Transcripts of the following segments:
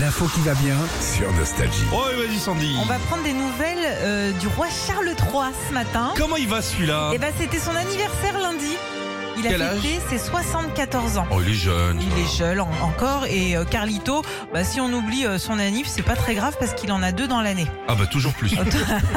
L'info qui va bien sur Nostalgie. Oh, vas-y Sandy. On va prendre des nouvelles euh, du roi Charles III ce matin. Comment il va celui-là Et ben c'était son anniversaire lundi. Il a Quel âge fêté ses 74 ans. Oh, il est jeune. Il est jeune en- encore et euh, Carlito, bah, si on oublie euh, son anniv, c'est pas très grave parce qu'il en a deux dans l'année. Ah bah toujours plus. ah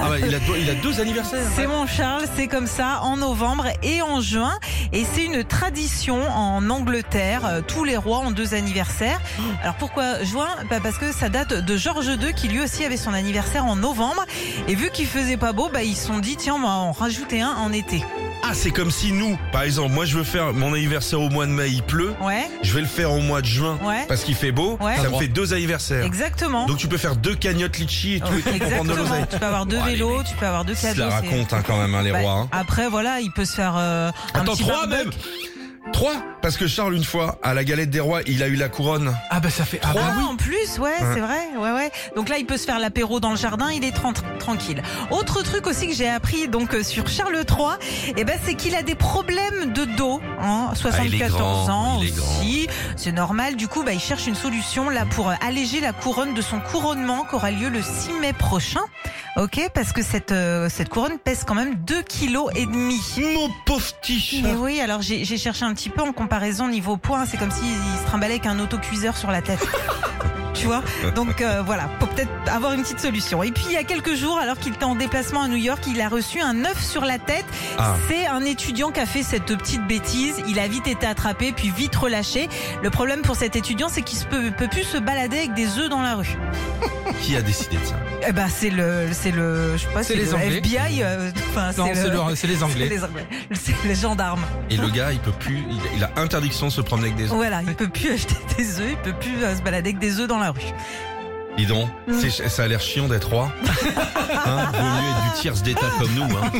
bah il a, deux- il a deux anniversaires. C'est mon Charles, c'est comme ça en novembre et en juin. Et c'est une tradition en Angleterre. Euh, Tous les rois ont deux anniversaires. Oh. Alors pourquoi juin Bah, Parce que ça date de George II qui lui aussi avait son anniversaire en novembre. Et vu qu'il faisait pas beau, bah, ils se sont dit tiens, on va en rajouter un en été. Ah c'est comme si nous, par exemple, moi je veux faire mon anniversaire au mois de mai, il pleut. Ouais, Je vais le faire au mois de juin ouais, parce qu'il fait beau. Ouais. Ça me fait deux anniversaires. exactement. Oh, Donc tu peux faire deux cagnottes litchi et tout. et tout pour prendre de Exactement. l'oseille. Tu peux avoir deux Oh, allez, vélos, tu peux avoir deux Ça la cadeaux. c'est- raconte hein, quand même hein, les Bah, rois. hein. Après voilà, il peut se faire euh, un Attends petit trois barbecue. même. Trois parce que Charles une fois à la galette des rois, il a eu la couronne. Ah bah ça fait... Ah Ah, bah oui en plus, ouais, c'est vrai, ouais, ouais. Donc là, il peut se faire l'apéro dans le jardin, il est tran- tranquille. Autre truc aussi que j'ai appris donc euh, sur Charles III, eh ben, c'est qu'il a des problèmes de dos. Hein, 74 Ah, il est grand, ans il est grand. aussi, c'est normal. Du coup, bah, il cherche une solution là pour euh, alléger la couronne de son couronnement qui aura lieu le 6 mai prochain. Ok, parce que cette euh, cette couronne pèse quand même 2 kilos et demi. Mon pauvre petit Mais chat. oui, alors j'ai j'ai cherché un petit peu en comparaison niveau points. C'est comme s'il il se trimballait avec un autocuiseur sur la tête. Tu vois Donc euh, voilà, faut peut-être avoir une petite solution. Et puis il y a quelques jours, alors qu'il était en déplacement à New York, il a reçu un œuf sur la tête. Ah. C'est un étudiant qui a fait cette petite bêtise. Il a vite été attrapé, puis vite relâché. Le problème pour cet étudiant, c'est qu'il ne peut, peut plus se balader avec des œufs dans la rue. Qui a décidé de ça Eh ben c'est le, c'est le, je sais pas, C'est c'est les le Anglais. FBI. euh, Enfin, Non, c'est le- le- c'est les c'est Anglais. les Anglais. C'est les Oh. gendarmes. Et le gars, il peut plus. Il, il a interdiction de se promener avec des œufs. Voilà, il peut plus acheter des œufs, il peut plus euh, se balader avec des œufs dans la rue. Dis donc, Mm. c'est- ça a l'air chiant d'être roi. Hein, vaut mieux être du tiers d'état comme nous. Hein.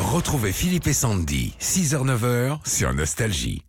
Retrouvez Philippe et Sandy, 6h-9h sur Nostalgie.